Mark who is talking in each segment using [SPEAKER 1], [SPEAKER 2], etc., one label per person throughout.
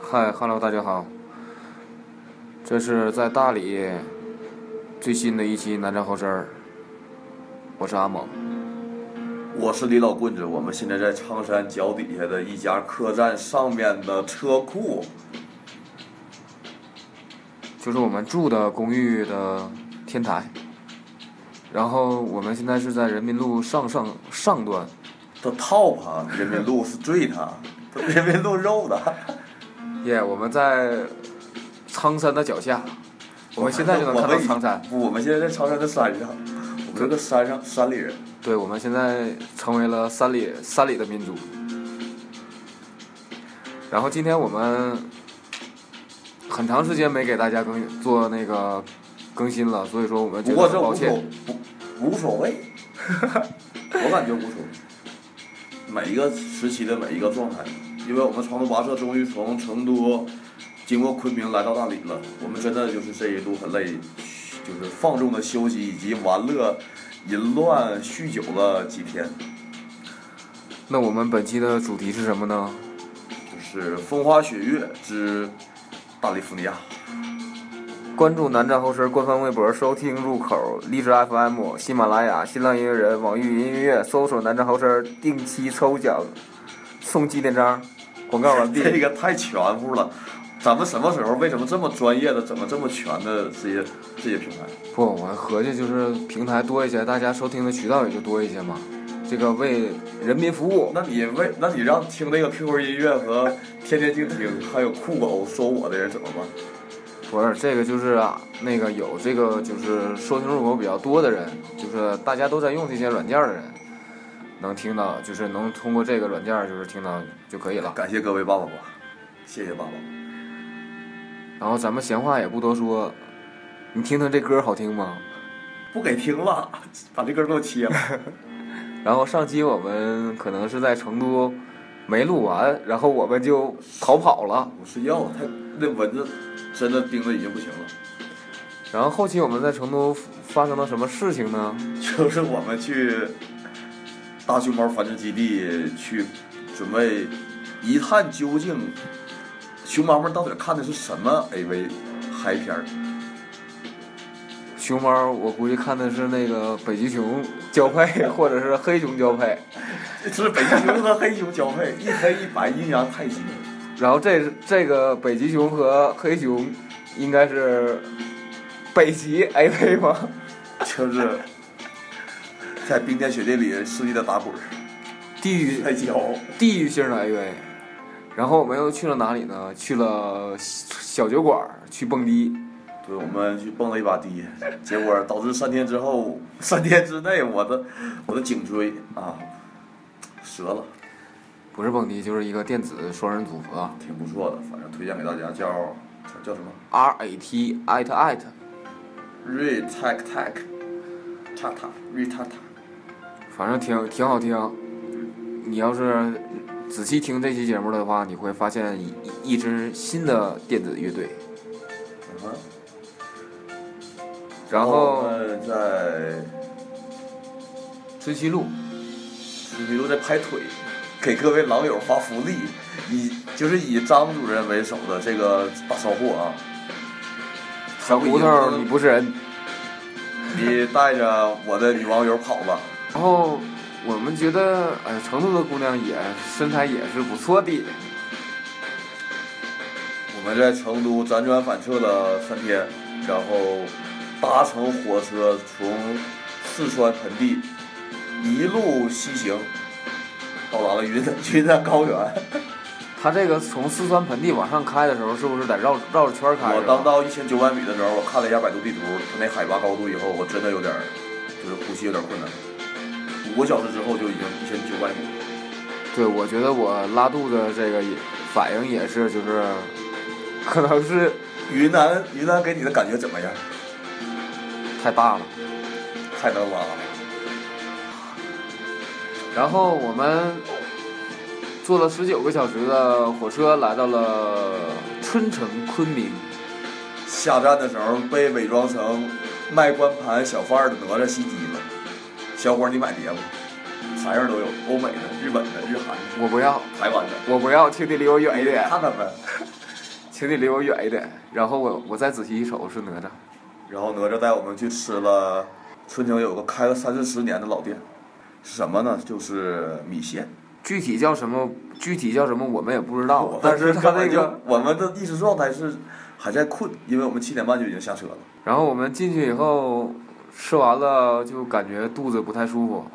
[SPEAKER 1] 嗨哈喽，大家好，这是在大理最新的一期《南站后生儿》，我是阿猛。
[SPEAKER 2] 我是李老棍子，我们现在在苍山脚底下的一家客栈上面的车库，
[SPEAKER 1] 就是我们住的公寓的天台。然后我们现在是在人民路上上上段，
[SPEAKER 2] 的 top 啊人民路是最它， 人民路肉的，
[SPEAKER 1] 耶、我们在苍山的脚下，我们现在就能
[SPEAKER 2] 我
[SPEAKER 1] 看到
[SPEAKER 2] 们
[SPEAKER 1] 苍山。
[SPEAKER 2] 不，我们现在在苍山的山上，我们这个山上山里人，
[SPEAKER 1] 对，我们现在成为了山里山里的民族。然后今天我们很长时间没给大家更做那个更新了，所以说我们
[SPEAKER 2] 不
[SPEAKER 1] 觉
[SPEAKER 2] 过
[SPEAKER 1] 得
[SPEAKER 2] 这
[SPEAKER 1] 很
[SPEAKER 2] 无
[SPEAKER 1] 抱
[SPEAKER 2] 所
[SPEAKER 1] 歉。
[SPEAKER 2] 不无 所谓，我感觉无所谓，每一个时期的每一个状态，因为我们长途跋涉终于从成都经过昆明来到大理了，我们真的就是这一路很累，就是放纵的休息以及玩乐、淫乱、酗酒了几天，
[SPEAKER 1] 那我们本期的主题是什么呢？
[SPEAKER 2] 就是风花雪月之大利福尼亚。
[SPEAKER 1] 关注南站后身官方微博，收听入口荔枝 FM、喜马拉雅、新浪音乐人、网易云音乐，搜索南站后身，定期抽奖送纪念章。广告完毕。
[SPEAKER 2] 这个太全乎了，咱们什么时候为什么这么专业的，怎么这么全的这些这些平台？
[SPEAKER 1] 不，我合计就是平台多一些，大家收听的渠道也就多一些嘛。这个为人民服务，
[SPEAKER 2] 那你为那你让听那个 QQ 音乐和天天静听，还有酷狗说我的人怎么办？
[SPEAKER 1] 不是这个就是、啊、那个有这个就是收听入口比较多的人，就是大家都在用这些软件的人，能听到，就是能通过这个软件就是听到就可以了。
[SPEAKER 2] 感谢各位爸爸妈妈，谢谢爸爸。
[SPEAKER 1] 然后咱们闲话也不多说，你听听这歌好听吗？
[SPEAKER 2] 不给听了，把这歌给我切了。
[SPEAKER 1] 然后上期我们可能是在成都没录完，然后我们就逃跑了。
[SPEAKER 2] 我睡觉了，太那蚊子真的叮的已经不行了。
[SPEAKER 1] 然后后期我们在成都发生了什么事情呢？
[SPEAKER 2] 就是我们去大熊猫繁殖基地去准备一探究竟，熊猫们到底看的是什么 AV 嗨片儿？
[SPEAKER 1] 熊猫，我估计看的是那个北极熊交配，或者是黑熊交配。
[SPEAKER 2] 是北极熊和黑熊交配，一黑一白，阴阳太极。
[SPEAKER 1] 然后这这个北极熊和黑熊，应该是北极 AV 吗？
[SPEAKER 2] 就是在冰天雪地里肆意的打滚儿，
[SPEAKER 1] 地域
[SPEAKER 2] 太骄傲。
[SPEAKER 1] 地域性的 AV。然后我们又去了哪里呢？去了小酒馆儿去蹦迪。
[SPEAKER 2] 对，我们去蹦了一把迪，结果导致三天之后，三天之内我的我的颈椎啊折了，
[SPEAKER 1] 不是蹦迪，就是一个电子双人组合
[SPEAKER 2] 挺不错的，反正推荐给大家叫叫叫什么
[SPEAKER 1] ，R A T at at。
[SPEAKER 2] r e t a c t a c t a t a r e t a t a
[SPEAKER 1] 反正挺挺好听。你要是仔细听这期节目的话，你会发现一一一支新的电子乐队。
[SPEAKER 2] 嗯哼
[SPEAKER 1] 然
[SPEAKER 2] 我
[SPEAKER 1] 后
[SPEAKER 2] 们在
[SPEAKER 1] 追妻录，
[SPEAKER 2] 一路在拍腿，给各位狼友发福利，以就是以张主任为首的这个大骚货啊，
[SPEAKER 1] 小骨头你不是人。
[SPEAKER 2] 你带着我的女网友跑了，
[SPEAKER 1] 然后我们觉得，哎，成都的姑娘也身材也是不错的。
[SPEAKER 2] 我们在成都辗转反侧了三天，然后搭乘火车从四川盆地一路西行，到达了云南 云南高原。
[SPEAKER 1] 他这个从四川盆地往上开的时候，是不是得绕绕着圈儿开？
[SPEAKER 2] 我当到一千九百米的时候，我看了一下百度地图，它那海拔高度以后，我真的有点儿，就是呼吸有点困难。五个小时之后就已经一千九百米，
[SPEAKER 1] 对，我觉得我拉肚子这个也反应也是，就是可能是
[SPEAKER 2] 云南云南给你的感觉怎么样？
[SPEAKER 1] 太大了。
[SPEAKER 2] 太能拉了。
[SPEAKER 1] 然后我们坐了十九个小时的火车来到了春城昆明，
[SPEAKER 2] 下站的时候被伪装成卖光盘小贩儿的哪吒袭击了。小伙儿，你买碟吗？啥样都有，欧美的、日本的、日韩的、
[SPEAKER 1] 我不要，
[SPEAKER 2] 台湾的。
[SPEAKER 1] 我不要，请你离我远一点。
[SPEAKER 2] 看看呗。
[SPEAKER 1] 请你离我远一点。然后我我再仔细一瞅，是哪吒。
[SPEAKER 2] 然后哪吒带我们去吃了春城有个开了三四十年的老店，是什么呢？就是米线。
[SPEAKER 1] 具体叫什么？具体叫什么？我们也不知
[SPEAKER 2] 我
[SPEAKER 1] 道
[SPEAKER 2] 们。
[SPEAKER 1] 但是他
[SPEAKER 2] 根本
[SPEAKER 1] 那
[SPEAKER 2] 就
[SPEAKER 1] 个，
[SPEAKER 2] 我们的意识状态是还在困，因为我们七点半就已经下车了。
[SPEAKER 1] 然后我们进去以后，吃完了就感觉肚子不太舒服，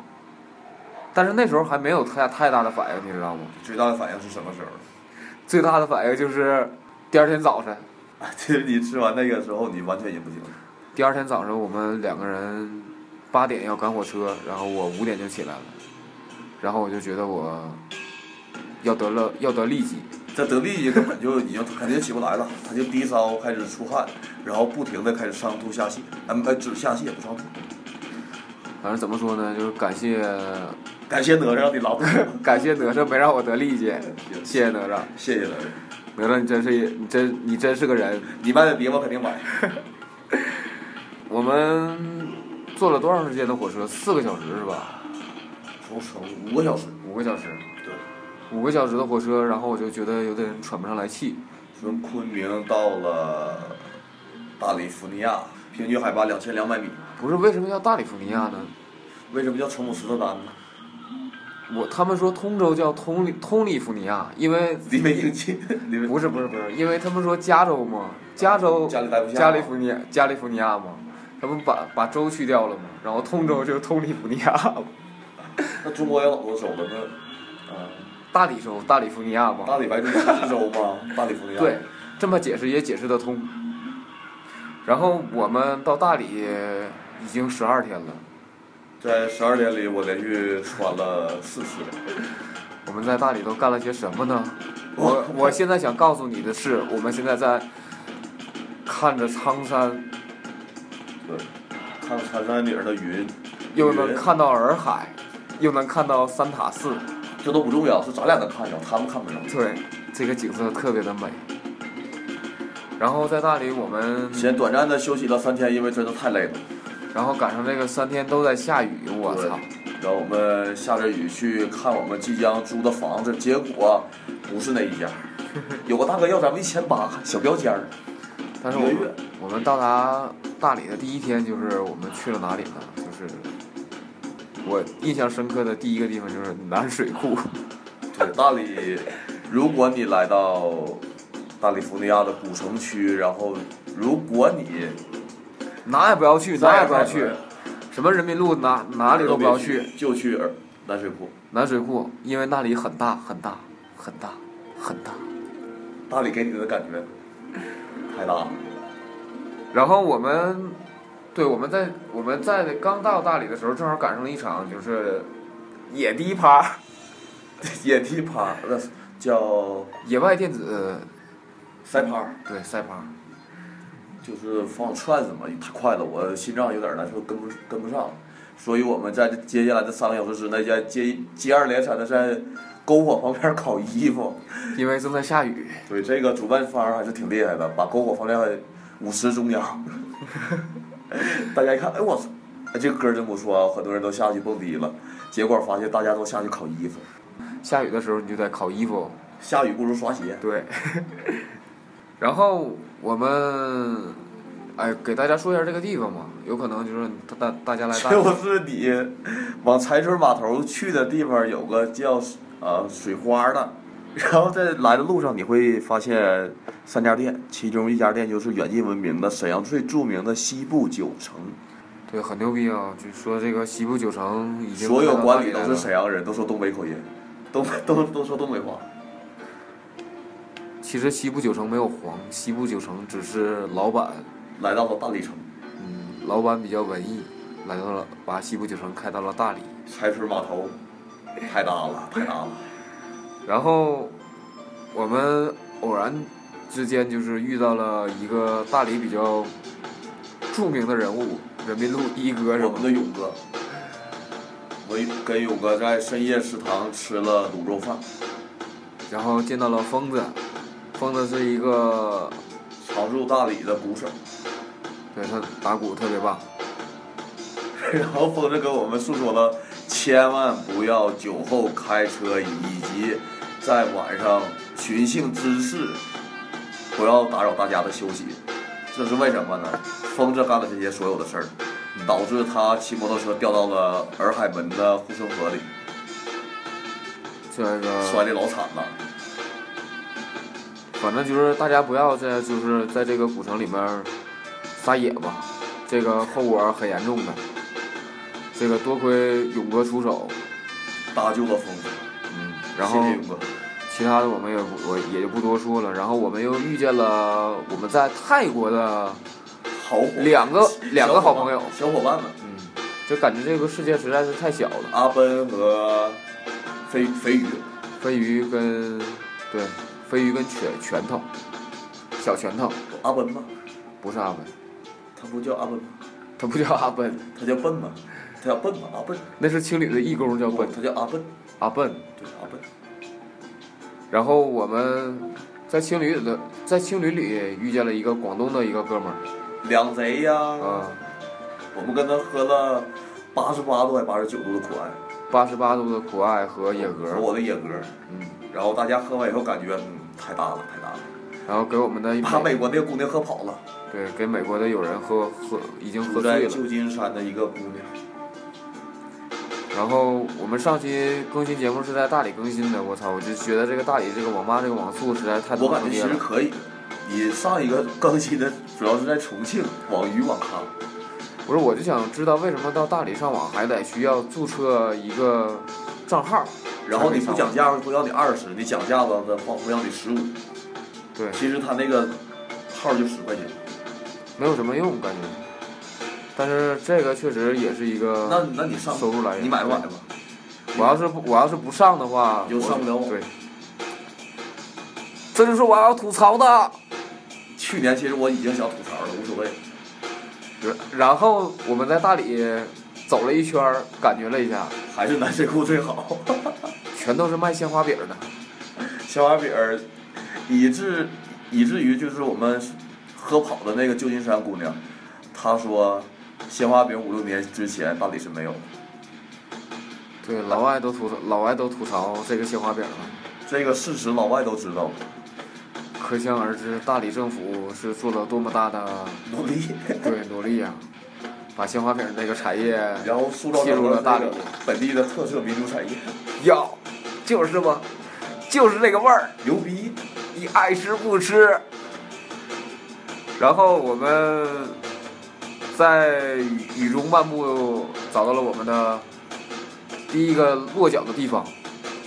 [SPEAKER 1] 但是那时候还没有太太大的反应，你知道吗？
[SPEAKER 2] 最大的反应是什么时候？
[SPEAKER 1] 最大的反应就是第二天早晨，
[SPEAKER 2] 啊， 就是你吃完那个之后，你完全已经不行了。
[SPEAKER 1] 第二天早上我们两个人八点要赶火车，然后我五点就起来了，然后我就觉得我要得了要得痢疾，
[SPEAKER 2] 这得痢疾根本就已经肯定起不来了，他就低烧开始出汗，然后不停的开始上吐下泻，嗯，呃只下泻不上吐。
[SPEAKER 1] 反正怎么说呢，就是感谢
[SPEAKER 2] 感谢哪吒让你拉肚子，
[SPEAKER 1] 感谢哪吒没让我得痢疾，谢谢哪吒，
[SPEAKER 2] 谢谢哪吒。
[SPEAKER 1] 哪吒你真是你真你真是个人。
[SPEAKER 2] 你卖的碟我肯定买。
[SPEAKER 1] 我们坐了多长时间的火车？四个小时是吧？
[SPEAKER 2] 从成五个小时，
[SPEAKER 1] 五个小时，
[SPEAKER 2] 对，
[SPEAKER 1] 五个小时的火车，然后我就觉得有点喘不上来气。
[SPEAKER 2] 从昆明到了大利福尼亚，平均海拔两千两百米。
[SPEAKER 1] 不是为什么叫大里福尼亚呢？
[SPEAKER 2] 为什么叫成姆斯特丹呢？
[SPEAKER 1] 我他们说通州叫通里通里福尼亚，因为
[SPEAKER 2] 离没挺近，离没
[SPEAKER 1] 不是不是不是，因为他们说加州嘛，加州
[SPEAKER 2] 加利待不下
[SPEAKER 1] 加利福尼亚加利福尼亚嘛，他不把把州去掉了嘛，然后通州就是通里福尼亚 嘛，
[SPEAKER 2] 那中国有好多州了，那啊、
[SPEAKER 1] 大理州大理福尼亚嘛，
[SPEAKER 2] 大理白州是 州吗？大理福尼亚。
[SPEAKER 1] 对，，这么解释也解释得通。然后我们到大理已经十二天了，
[SPEAKER 2] 在十二天里，我连续穿了四次。
[SPEAKER 1] 我们在大理都干了些什么呢？我我现在想告诉你的是，我们现在在看着苍山，
[SPEAKER 2] 对，看看山顶上的云，
[SPEAKER 1] 又能看到洱海，又能看到三塔寺，
[SPEAKER 2] 这都不重要，是咱俩能看着，他们看不着。
[SPEAKER 1] 对，这个景色特别的美。然后在大理，我们
[SPEAKER 2] 先短暂的休息了三天，因为真的太累了。
[SPEAKER 1] 然后赶上这个三天都在下雨，我
[SPEAKER 2] 对
[SPEAKER 1] 操！
[SPEAKER 2] 然后我们下着雨去看我们即将租的房子，结果不是那一 家，有个大哥要咱们一千八，小标间儿。
[SPEAKER 1] 但是我
[SPEAKER 2] 一
[SPEAKER 1] 们
[SPEAKER 2] 个月
[SPEAKER 1] 我们到达大理的第一天，就是我们去了哪里呢？就是我印象深刻的第一个地方就是南水库，
[SPEAKER 2] 对，大理，如果你来到大理福尼亚的古城区，然后如果你
[SPEAKER 1] 哪也不要去，哪也不要去
[SPEAKER 2] 在，
[SPEAKER 1] 什么人民路哪哪里都不要去，，
[SPEAKER 2] 就去洱南水库。
[SPEAKER 1] 南水库，因为那里很大很大很大很大。
[SPEAKER 2] 大理给你的感觉太大了，
[SPEAKER 1] 然后我们，对，我们在我们在刚到大理的时候，正好赶上了一场就是野迪趴，
[SPEAKER 2] 野地趴那是叫
[SPEAKER 1] 野外电子，呃
[SPEAKER 2] 塞趴，
[SPEAKER 1] 对赛趴。
[SPEAKER 2] 就是放串子嘛，太快了，我心脏有点难受，跟不跟不上，所以我们在这接下来的三个小时之内，在接接二连三的在篝火旁边烤衣服。
[SPEAKER 1] 因为正在下雨，
[SPEAKER 2] 对，这个主办方还是挺厉害的，把篝火放在舞池中 央，大家一看，哎我操，哎这个歌真不错啊，很多人都下去蹦迪了，结果发现大家都下去烤衣服，
[SPEAKER 1] 下雨的时候你就得烤衣服，
[SPEAKER 2] 下雨不如刷鞋。
[SPEAKER 1] 对， 然后我们，哎，给大家说一下这个地方嘛，有可能就是大大大家来大 理，
[SPEAKER 2] 就是你往柴村码头去的地方有个叫呃水花的，然后在来的路上你会发现三家店，其中一家店就是远近闻名的沈阳最著名的西部酒城，
[SPEAKER 1] 对，很牛逼啊！就说这个西部九城已经
[SPEAKER 2] 所有
[SPEAKER 1] 快到
[SPEAKER 2] 管理
[SPEAKER 1] 大
[SPEAKER 2] 都
[SPEAKER 1] 理
[SPEAKER 2] 是
[SPEAKER 1] 了
[SPEAKER 2] 沈阳人，都说东北口音，东都都说东北话。
[SPEAKER 1] 其实西部九城没有黄，西部九城只是老板，
[SPEAKER 2] 来到了大理城，
[SPEAKER 1] 嗯，老板比较文艺，来到了把西部九城开到了大理，
[SPEAKER 2] 柴村码头太大了，太 大了。
[SPEAKER 1] 然后我们偶然之间就是遇到了一个大理比较著名的人物，人民路一哥是
[SPEAKER 2] 我
[SPEAKER 1] 吗
[SPEAKER 2] 们？的勇哥，我跟勇哥在深夜食堂吃了卤肉饭，
[SPEAKER 1] 然后见到了疯子，疯子是一个，
[SPEAKER 2] 常驻大理的鼓手。
[SPEAKER 1] 对他打鼓特别棒，
[SPEAKER 2] 然后疯子跟我们诉说了，千万不要酒后开车，以及在晚上寻衅滋事，不要打扰大家的休息。这是为什么呢？疯子干了这些所有的事儿，导致他骑摩托车掉到了洱海门的护城河里，
[SPEAKER 1] 这个
[SPEAKER 2] 摔的老惨了。
[SPEAKER 1] 反正就是大家不要在就是在这个古城里面撒野吧，这个后果很严重的。这个多亏勇哥出手，
[SPEAKER 2] 搭救了疯子，
[SPEAKER 1] 嗯，然后
[SPEAKER 2] 谢谢勇哥。
[SPEAKER 1] 其他的我们也不我也就不多说了。然后我们又遇见了我们在泰国的，
[SPEAKER 2] 好伙伴
[SPEAKER 1] 两个两个好朋友
[SPEAKER 2] 小伙伴们，
[SPEAKER 1] 嗯，就感觉这个世界实在是太小了。
[SPEAKER 2] 阿奔和飞飞鱼，
[SPEAKER 1] 飞鱼跟对，飞鱼跟拳拳头，小拳头
[SPEAKER 2] 阿奔吗？
[SPEAKER 1] 不是阿奔，
[SPEAKER 2] 他不叫阿奔吗？
[SPEAKER 1] 他不叫阿奔，
[SPEAKER 2] 他叫笨吗？他叫笨吗？阿笨，
[SPEAKER 1] 那是青旅的义工叫奔
[SPEAKER 2] 他叫阿笨，
[SPEAKER 1] 阿奔。
[SPEAKER 2] 对阿笨。
[SPEAKER 1] 然后我们在青旅的在青旅里遇见了一个广东的一个哥们儿，
[SPEAKER 2] 两贼呀，
[SPEAKER 1] 啊、
[SPEAKER 2] 我们跟他喝了八十八度还八十九度的苦艾
[SPEAKER 1] 8八十八度的苦艾和野
[SPEAKER 2] 和
[SPEAKER 1] 格，
[SPEAKER 2] 我的野格，
[SPEAKER 1] 嗯，
[SPEAKER 2] 然后大家喝完以后感觉嗯太大了太大了，
[SPEAKER 1] 然后给我们的一
[SPEAKER 2] 把美国那个姑娘喝跑了，
[SPEAKER 1] 对给美国的友人喝喝已经喝
[SPEAKER 2] 住在
[SPEAKER 1] 醉了。
[SPEAKER 2] 旧金山的一个姑娘，
[SPEAKER 1] 然后我们上期更新节目是在大理更新的，我操，我就觉得这个大理这个网吧这个网速实在太他
[SPEAKER 2] 我
[SPEAKER 1] 妈
[SPEAKER 2] 感觉其
[SPEAKER 1] 低
[SPEAKER 2] 实
[SPEAKER 1] 了。
[SPEAKER 2] 可以的。你上一个更新的主要是在重庆网鱼网咖，
[SPEAKER 1] 不是，我就想知道为什么到大理上网还得需要注册一个账号，
[SPEAKER 2] 然后你
[SPEAKER 1] 才
[SPEAKER 2] 不
[SPEAKER 1] 能上
[SPEAKER 2] 讲
[SPEAKER 1] 网
[SPEAKER 2] 价会让你二十，你讲价了的话会让你十五。
[SPEAKER 1] 对，
[SPEAKER 2] 其实他那个号就十块钱，
[SPEAKER 1] 没有什么用感觉。但是这个确实也是一
[SPEAKER 2] 那
[SPEAKER 1] 个，
[SPEAKER 2] 那你上
[SPEAKER 1] 收入来源
[SPEAKER 2] 你买不买吧？
[SPEAKER 1] 我要是不我要是不上的话，
[SPEAKER 2] 你就
[SPEAKER 1] 我
[SPEAKER 2] 上不了网
[SPEAKER 1] 对，这就是我要吐槽的。
[SPEAKER 2] 去年其实我已经想吐槽了，无所谓。
[SPEAKER 1] 然后我们在大理走了一圈儿，感觉了一下，
[SPEAKER 2] 还是南水库最好。
[SPEAKER 1] 全都是卖鲜花饼的。
[SPEAKER 2] 小花饼儿，以至以至于就是我们喝跑的那个旧金山姑娘，她说鲜花饼五六年之前大理是没有的。
[SPEAKER 1] 对，老外都吐槽，老外都吐槽这个鲜花饼了，
[SPEAKER 2] 这个事实老外都知道了，
[SPEAKER 1] 可想而知，大理政府是做了多么大的
[SPEAKER 2] 努力。
[SPEAKER 1] 对努力呀、把鲜花饼这个产业
[SPEAKER 2] 然后塑造
[SPEAKER 1] 进入了大理
[SPEAKER 2] 这个本地的特色民族产业，
[SPEAKER 1] 要，就是嘛，就是这个味儿，
[SPEAKER 2] 牛逼！
[SPEAKER 1] 你爱吃不吃。然后我们在雨中漫步，找到了我们的第一个落脚的地方，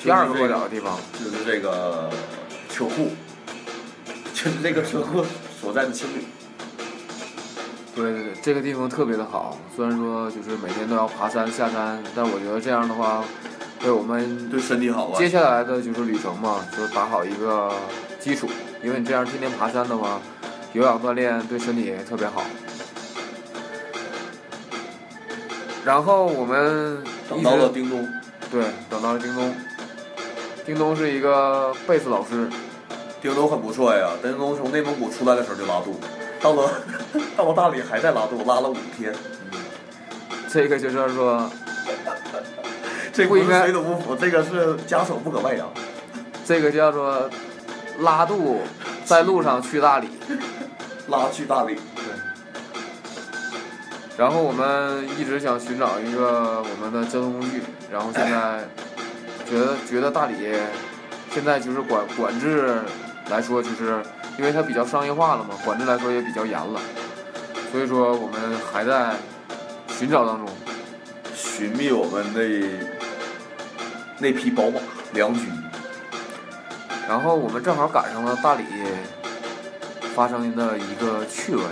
[SPEAKER 1] 第二个落脚的地方，
[SPEAKER 2] 就是这个车库，就是这个车库所在的青旅。
[SPEAKER 1] 对对对，这个地方特别的好，虽然说就是每天都要爬山下山，但我觉得这样的话，对我们
[SPEAKER 2] 对身体好啊
[SPEAKER 1] 接！下来的就是旅程嘛，就打好一个基础，因为你这样天天爬山的话，有氧锻炼对身体也特别好。然后我们
[SPEAKER 2] 等
[SPEAKER 1] 一
[SPEAKER 2] 到了
[SPEAKER 1] 直
[SPEAKER 2] 叮咚，
[SPEAKER 1] 对等到了叮咚，叮咚是一个贝斯老师，
[SPEAKER 2] 叮咚很不错呀。叮咚从内蒙古出来的时候就拉肚，到了到了大理还在拉肚，拉了五天。
[SPEAKER 1] 这个就是说
[SPEAKER 2] 这
[SPEAKER 1] 不
[SPEAKER 2] 不
[SPEAKER 1] 应
[SPEAKER 2] 是
[SPEAKER 1] 该
[SPEAKER 2] 水土不服，这个是家丑不可外扬。
[SPEAKER 1] 这个叫做拉肚，在路上去大理。
[SPEAKER 2] 拉去大理，
[SPEAKER 1] 然后我们一直想寻找一个我们的交通工具，然后现在觉得觉得大理现在就是管管制来说，就是因为它比较商业化了嘛，管制来说也比较严了，所以说我们还在寻找当中。
[SPEAKER 2] 寻觅我们的那匹宝马良驹。
[SPEAKER 1] 然后我们正好赶上了大理发生的一个趣闻，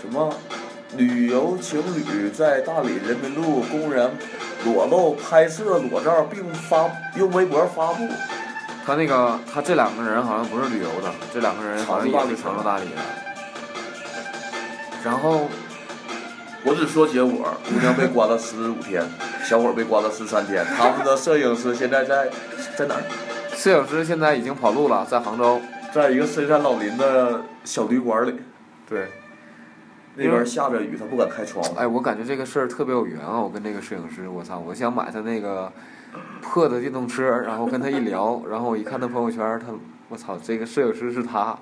[SPEAKER 2] 什么？旅游情侣在大理人民路公然裸露拍摄裸照，并发用微博发布。
[SPEAKER 1] 他那个他这两个人好像不是旅游的，这两个人好像也是常州大理的。然后
[SPEAKER 2] 我只说结果，姑娘被关了十五天，小伙被关了十三天。他们的摄影师现在在在哪儿？
[SPEAKER 1] 摄影师现在已经跑路了，在杭州。
[SPEAKER 2] 在一个深山老林的小旅馆里，
[SPEAKER 1] 对，
[SPEAKER 2] 那边下着雨，他不敢开窗户。
[SPEAKER 1] 哎，我感觉这个事儿特别有缘啊！我跟这个摄影师，我操，我想买他那个破的电动车，然后跟他一聊，然后我一看他朋友圈，他，我操，这个摄影师是他，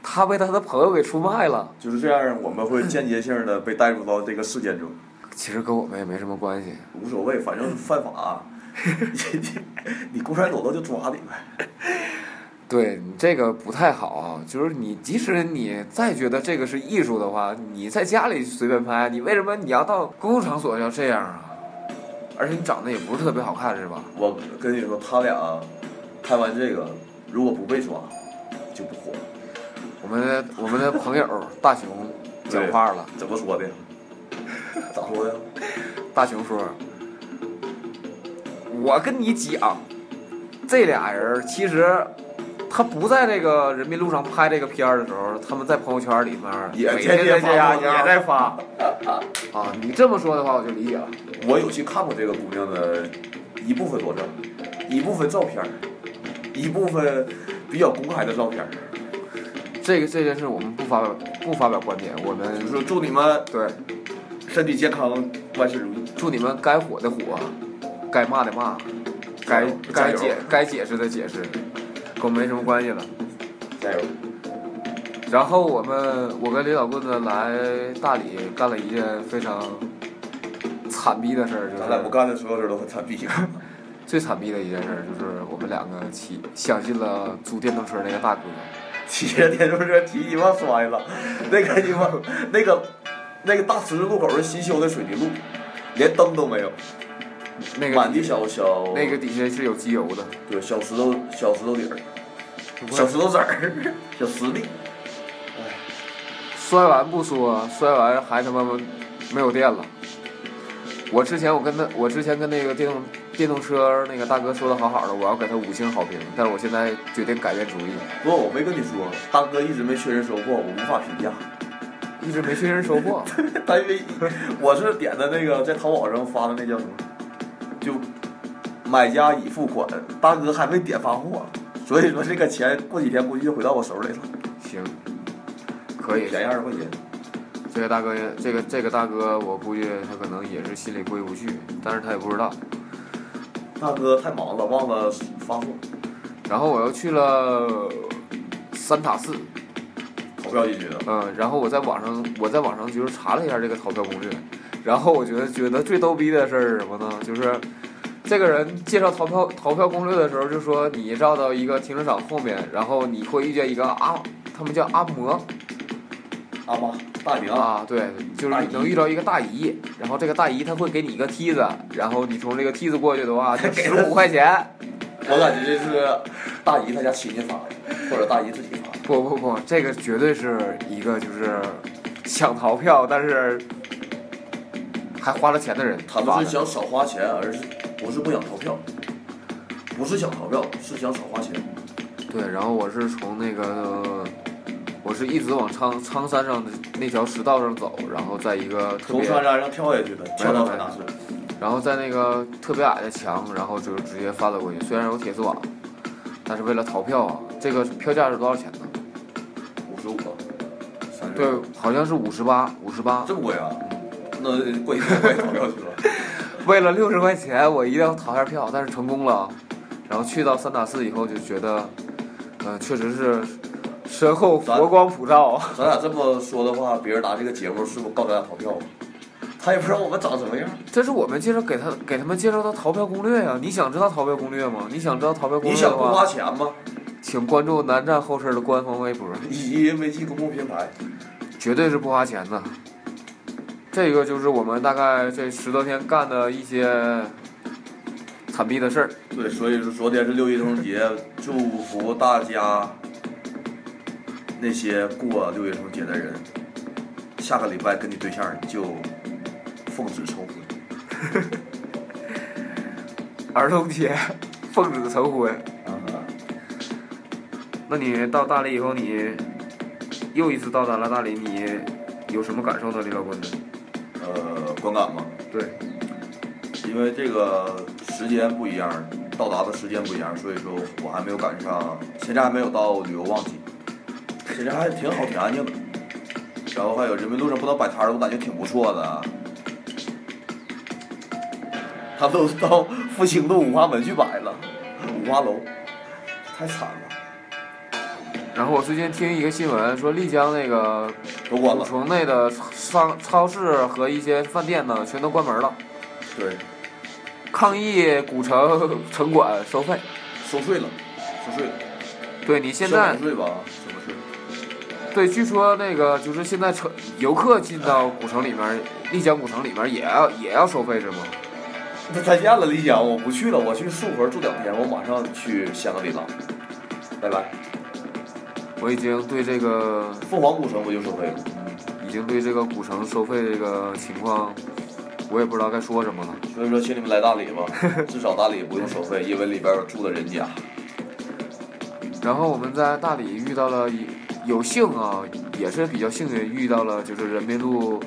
[SPEAKER 1] 他被他的朋友给出卖了。
[SPEAKER 2] 就是这样，我们会间接性的被带入到这个事件中，
[SPEAKER 1] 其实跟我们也没什么关系。
[SPEAKER 2] 无所谓，反正犯法、 你公然走漏就抓你呗。
[SPEAKER 1] 对你这个不太好啊，就是你即使你再觉得这个是艺术的话，你在家里随便拍，你为什么你要到公共场所要这样啊？而且你长得也不是特别好看是吧？
[SPEAKER 2] 我跟你说，他俩拍完这个，如果不被抓，就不火。
[SPEAKER 1] 我们的我们的朋友大熊讲话了，
[SPEAKER 2] 怎么说的？咋说的？
[SPEAKER 1] 大熊说：“我跟你讲，这俩人其实他不在这个人民路上拍这个片儿的时候，他们在朋友圈里面
[SPEAKER 2] 也
[SPEAKER 1] 每天在
[SPEAKER 2] 天天
[SPEAKER 1] 这样
[SPEAKER 2] 发朋友圈
[SPEAKER 1] 也在发。啊，你这么说的话，我就理解了。
[SPEAKER 2] 我有去看过这个姑娘的一部分裸照，一部分照片儿，一部分比较公开的照片儿。
[SPEAKER 1] 这个这件事我们不发表不发表观点，我
[SPEAKER 2] 就
[SPEAKER 1] 们
[SPEAKER 2] 是说祝你们
[SPEAKER 1] 对
[SPEAKER 2] 身体健康，万事如意。
[SPEAKER 1] 祝你们该火的火，该骂的骂，该
[SPEAKER 2] 加
[SPEAKER 1] 该
[SPEAKER 2] 油
[SPEAKER 1] 解该解释的解释，跟我们没什么关系了。
[SPEAKER 2] 加油！
[SPEAKER 1] 嗯然后我们我跟李老棍子来大理干了一件非常惨逼的事儿，就
[SPEAKER 2] 咱俩不
[SPEAKER 1] 是
[SPEAKER 2] 干的所有事儿都很惨逼。
[SPEAKER 1] 最惨逼的一件事儿，就是我们两个骑相信了租电动车那个大哥。
[SPEAKER 2] 骑着电动车骑鸡巴摔了，那个鸡巴那个那个大十字路口是新修的水泥路，连灯都没有，
[SPEAKER 1] 那
[SPEAKER 2] 满
[SPEAKER 1] 个
[SPEAKER 2] 地小小
[SPEAKER 1] 那个底下是有机油的，
[SPEAKER 2] 对小石头小石头底儿，小石头子儿， 小石粒。
[SPEAKER 1] 摔完不说，摔完还他妈没有电了。我之前我跟他，我之前跟那个电动电动车那个大哥说的好好的，我要给他五星好评，但是我现在决定改变主意，
[SPEAKER 2] 不过我没跟你说，大哥一直没确认收货，我无法评价。
[SPEAKER 1] 一直没确认收货。
[SPEAKER 2] 但因为我是点的那个在淘宝上发的那叫什么，就买家已付款，大哥还没点发货，所以说这个钱过几天估计就回到我手里了。
[SPEAKER 1] 行，可以。
[SPEAKER 2] 便宜二十块钱。
[SPEAKER 1] 这个大哥，这个这个大哥，我估计他可能也是心里过意不去，但是他也不知道。
[SPEAKER 2] 大哥太忙了，忘了发货，
[SPEAKER 1] 然后我又去了三塔寺，
[SPEAKER 2] 投票进去的。
[SPEAKER 1] 嗯，然后我在网上，我在网上就是查了一下这个逃票攻略，然后我觉得觉得最逗逼的事儿是什么呢？就是这个人介绍逃票逃票攻略的时候就说，你绕到一个停车场后面，然后你会遇见一个阿，他们叫阿嬷
[SPEAKER 2] 阿妈，大明啊，
[SPEAKER 1] 啊，对，就是你能遇到一个大姨，然后这个大姨她会给你一个梯子，然后你从这个梯子过去的话，就十五块钱。
[SPEAKER 2] 我感觉这是大姨她家亲戚发的，或者大姨自己发的。
[SPEAKER 1] 不不不，这个绝对是一个就是抢逃票，但是还花了钱的人
[SPEAKER 2] 他
[SPEAKER 1] 发
[SPEAKER 2] 们
[SPEAKER 1] 的
[SPEAKER 2] 是想少花钱，而是不是不想逃票，不是想逃票，是想少花钱。
[SPEAKER 1] 对，然后我是从那个，我是一直往苍苍山上的那条石道上走，然后在一个特
[SPEAKER 2] 从
[SPEAKER 1] 别，
[SPEAKER 2] 山山上跳下去的，跳到山大师。
[SPEAKER 1] 然后在那个特别矮的墙，然后就直接翻了过去。虽然有铁丝网，但是为了逃票啊，这个票价是多少钱呢？
[SPEAKER 2] 五十五，三十
[SPEAKER 1] 对，好像是五十八，五十八。
[SPEAKER 2] 这么贵啊？那过几天我也逃票去了。
[SPEAKER 1] 为了六十块钱，我一定要逃下票，但是成功了。啊然后去到三打四以后，就觉得，呃，确实是身后佛光普照。啊
[SPEAKER 2] 咱俩这么说的话，别人拿这个节目是不是告咱俩逃票啊？他也不知道我们长什么样。
[SPEAKER 1] 这是我们介绍给他给他们介绍的逃票攻略呀、你想知道逃票攻略吗？你想知道逃票攻略
[SPEAKER 2] 你
[SPEAKER 1] 的
[SPEAKER 2] 想不花
[SPEAKER 1] 话，
[SPEAKER 2] 钱吗？
[SPEAKER 1] 请关注南站后事的官方微博，
[SPEAKER 2] 以及微信公共平台。
[SPEAKER 1] 绝对是不花钱的。这个就是我们大概这十多天干的一些惨逼的事儿。
[SPEAKER 2] 对，所以说昨天是六一儿童节，祝福大家那些过六一儿童节的人，下个礼拜跟你对象就奉子成婚。
[SPEAKER 1] 儿童节，奉子成婚。
[SPEAKER 2] 啊
[SPEAKER 1] 那你到大理以后，你又一次到达了大理，你有什么感受呢，李老棍子？
[SPEAKER 2] 呃，观感吗？
[SPEAKER 1] 对，
[SPEAKER 2] 因为这个时间不一样，到达的时间不一样，所以说我还没有赶上，现在还没有到旅游旺季，现在还挺好，挺安静的。然后还有人民路上不能摆摊儿，我感觉挺不错的。他都到复兴路五花门去摆了，五花楼，太惨了。
[SPEAKER 1] 然后我最近听一个新闻说，丽江那个
[SPEAKER 2] 都关
[SPEAKER 1] 古
[SPEAKER 2] 了。
[SPEAKER 1] 城内的商超市和一些饭店呢，全都关门了，
[SPEAKER 2] 对，
[SPEAKER 1] 抗议古城城管收费。
[SPEAKER 2] 收税了，收税了。
[SPEAKER 1] 对你现
[SPEAKER 2] 消
[SPEAKER 1] 在
[SPEAKER 2] 防税吧，什么税？
[SPEAKER 1] 对，据说那个就是现在车游客进到古城里面，丽江古城里面也要也要收费是吗？
[SPEAKER 2] 那再见了，丽江，我不去了，我去束河住两天，我马上去香格里拉，拜拜。
[SPEAKER 1] 我已经对这个
[SPEAKER 2] 凤凰古城不就收费了？
[SPEAKER 1] 已经对这个古城收费这个情况，我也不知道该说什么了。
[SPEAKER 2] 所以说，请你们来大理吧，至少大理不用收费，因为里边有住的人家。
[SPEAKER 1] 然后我们在大理遇到了一有幸啊，也是比较幸运遇到了就是人民路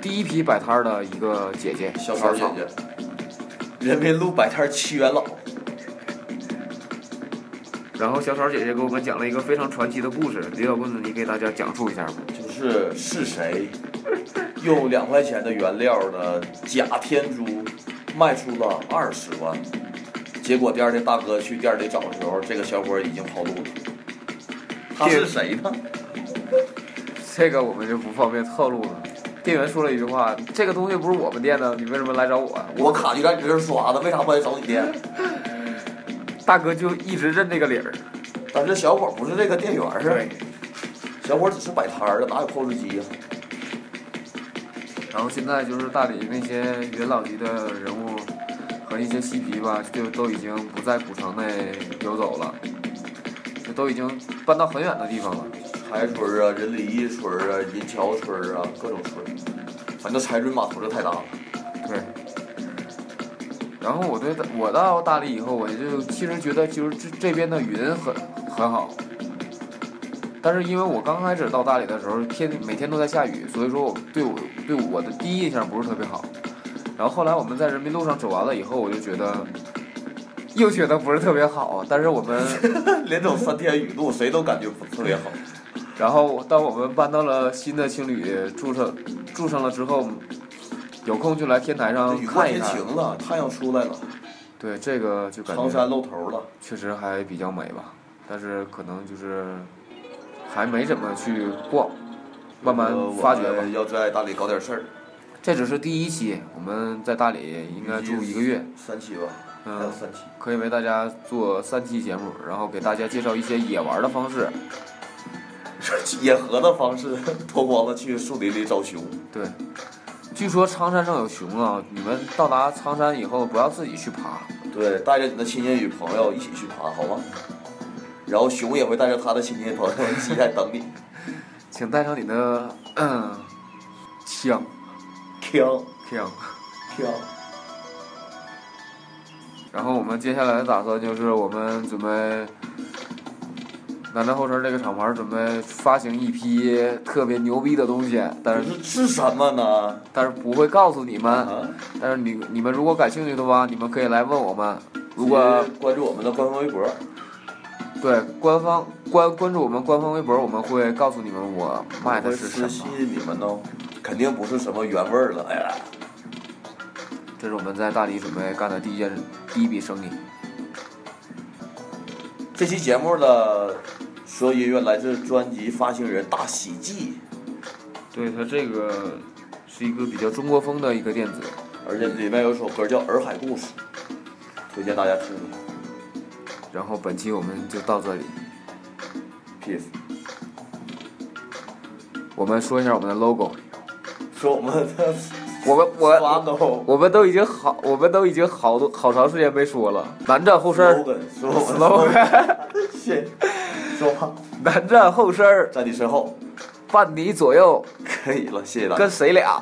[SPEAKER 1] 第一批摆摊儿的一个姐姐
[SPEAKER 2] 小超姐
[SPEAKER 1] 草
[SPEAKER 2] 姐，人民路摆摊儿七元老，
[SPEAKER 1] 然后小草姐姐给我们讲了一个非常传奇的故事，李小棍子，你给大家讲述一下吧。
[SPEAKER 2] 就是是谁用两块钱的原料的假天珠卖出了二十万，结果第二天大哥去店里找的时候，这个小伙儿已经跑路了。他是谁呢？
[SPEAKER 1] 这个我们就不方便透露了。店员说了一句话：“这个东西不是我们店的，你为什么来找我啊？”
[SPEAKER 2] 我卡就在你这儿刷的，为啥不来找你店？
[SPEAKER 1] 嗯大哥就一直认这个理儿。
[SPEAKER 2] 但这小伙儿不是这个店员儿啊，，小伙儿只是摆摊儿的，哪有 POS 机呀、
[SPEAKER 1] 然后现在就是大理那些元老级的人物和一些嬉皮吧，就都已经不在古城内游走了，就都已经搬到很远的地方了。
[SPEAKER 2] 台村儿啊、仁礼一村儿啊、银桥村儿啊，各种村儿，反正财轮码头就太大了。
[SPEAKER 1] 对。然后我对大我到大理以后，我就其实觉得就是这这边的云很很好，但是因为我刚开始到大理的时候，天每天都在下雨，所以说我对我对我的第一印象不是特别好。然后后来我们在人民路上走完了以后，我就觉得又觉得不是特别好，但是我们
[SPEAKER 2] 连走三天雨路，谁都感觉不特别
[SPEAKER 1] 嗯
[SPEAKER 2] 好。
[SPEAKER 1] 然后当我们搬到了新的青旅住上住上了之后，有空就来天台上
[SPEAKER 2] 雨看
[SPEAKER 1] 看一
[SPEAKER 2] 天
[SPEAKER 1] 看。
[SPEAKER 2] 晴了，太阳出来了，
[SPEAKER 1] 对，这个就感觉
[SPEAKER 2] 苍山露头了。
[SPEAKER 1] 确实还比较美吧，但是可能就是还没怎么去逛，慢慢发掘
[SPEAKER 2] 呃我
[SPEAKER 1] 吧
[SPEAKER 2] 们。要在大理搞点事儿，
[SPEAKER 1] 这只是第一期，我们在大理应该住一个月，
[SPEAKER 2] 三期吧，还有
[SPEAKER 1] 嗯，
[SPEAKER 2] 三期。
[SPEAKER 1] 可以为大家做三期节目，然后给大家介绍一些野玩的方式。
[SPEAKER 2] 野合的方式， 脱光了去树林里找熊。
[SPEAKER 1] 对，据说苍山上有熊啊，你们到达苍山以后不要自己去爬，
[SPEAKER 2] 对，带着你的亲戚与朋友一起去爬，好吗？然后熊也会带着他的亲戚朋友一起来等你。
[SPEAKER 1] 请带上你的 嗯枪
[SPEAKER 2] 枪
[SPEAKER 1] 枪。
[SPEAKER 2] 枪，
[SPEAKER 1] 然后我们接下来的打算就是，我们准备南站后身这个厂牌准备发行一批特别牛逼的东西，但
[SPEAKER 2] 不
[SPEAKER 1] 是
[SPEAKER 2] 是是什么呢？
[SPEAKER 1] 但是不会告诉你们。
[SPEAKER 2] 啊，
[SPEAKER 1] 但是你你们如果感兴趣的话，你们可以来问我们。如果
[SPEAKER 2] 请关注我们的官方微博，
[SPEAKER 1] 对官方关关注我们官方微博，我们会告诉你们我卖的
[SPEAKER 2] 会
[SPEAKER 1] 是什
[SPEAKER 2] 私
[SPEAKER 1] 么
[SPEAKER 2] 信。你们哦，肯定不是什么原味儿了。哎呀，
[SPEAKER 1] 这是我们在大理准备干的第一件第一笔生意。
[SPEAKER 2] 这期节目的所有音乐来自专辑发行人大喜记，
[SPEAKER 1] 对它这个是一个比较中国风的一个电子。
[SPEAKER 2] 而且里面有一首歌叫《洱海故事》，推荐大家听听。
[SPEAKER 1] 然后本期我们就到这里。
[SPEAKER 2] Peace。
[SPEAKER 1] 我们说一下我们的 logo。
[SPEAKER 2] 说我们的
[SPEAKER 1] 我们
[SPEAKER 2] 发
[SPEAKER 1] 我
[SPEAKER 2] 抖。
[SPEAKER 1] 我们都已经好，我们都已经好多好长时间没说了。南站后身儿，
[SPEAKER 2] slogan，说我
[SPEAKER 1] slogan
[SPEAKER 2] 谢，说吧，
[SPEAKER 1] 南站后身儿，
[SPEAKER 2] 在你身后，
[SPEAKER 1] 伴你左右，
[SPEAKER 2] 可以了，谢谢大家
[SPEAKER 1] 跟。谁俩？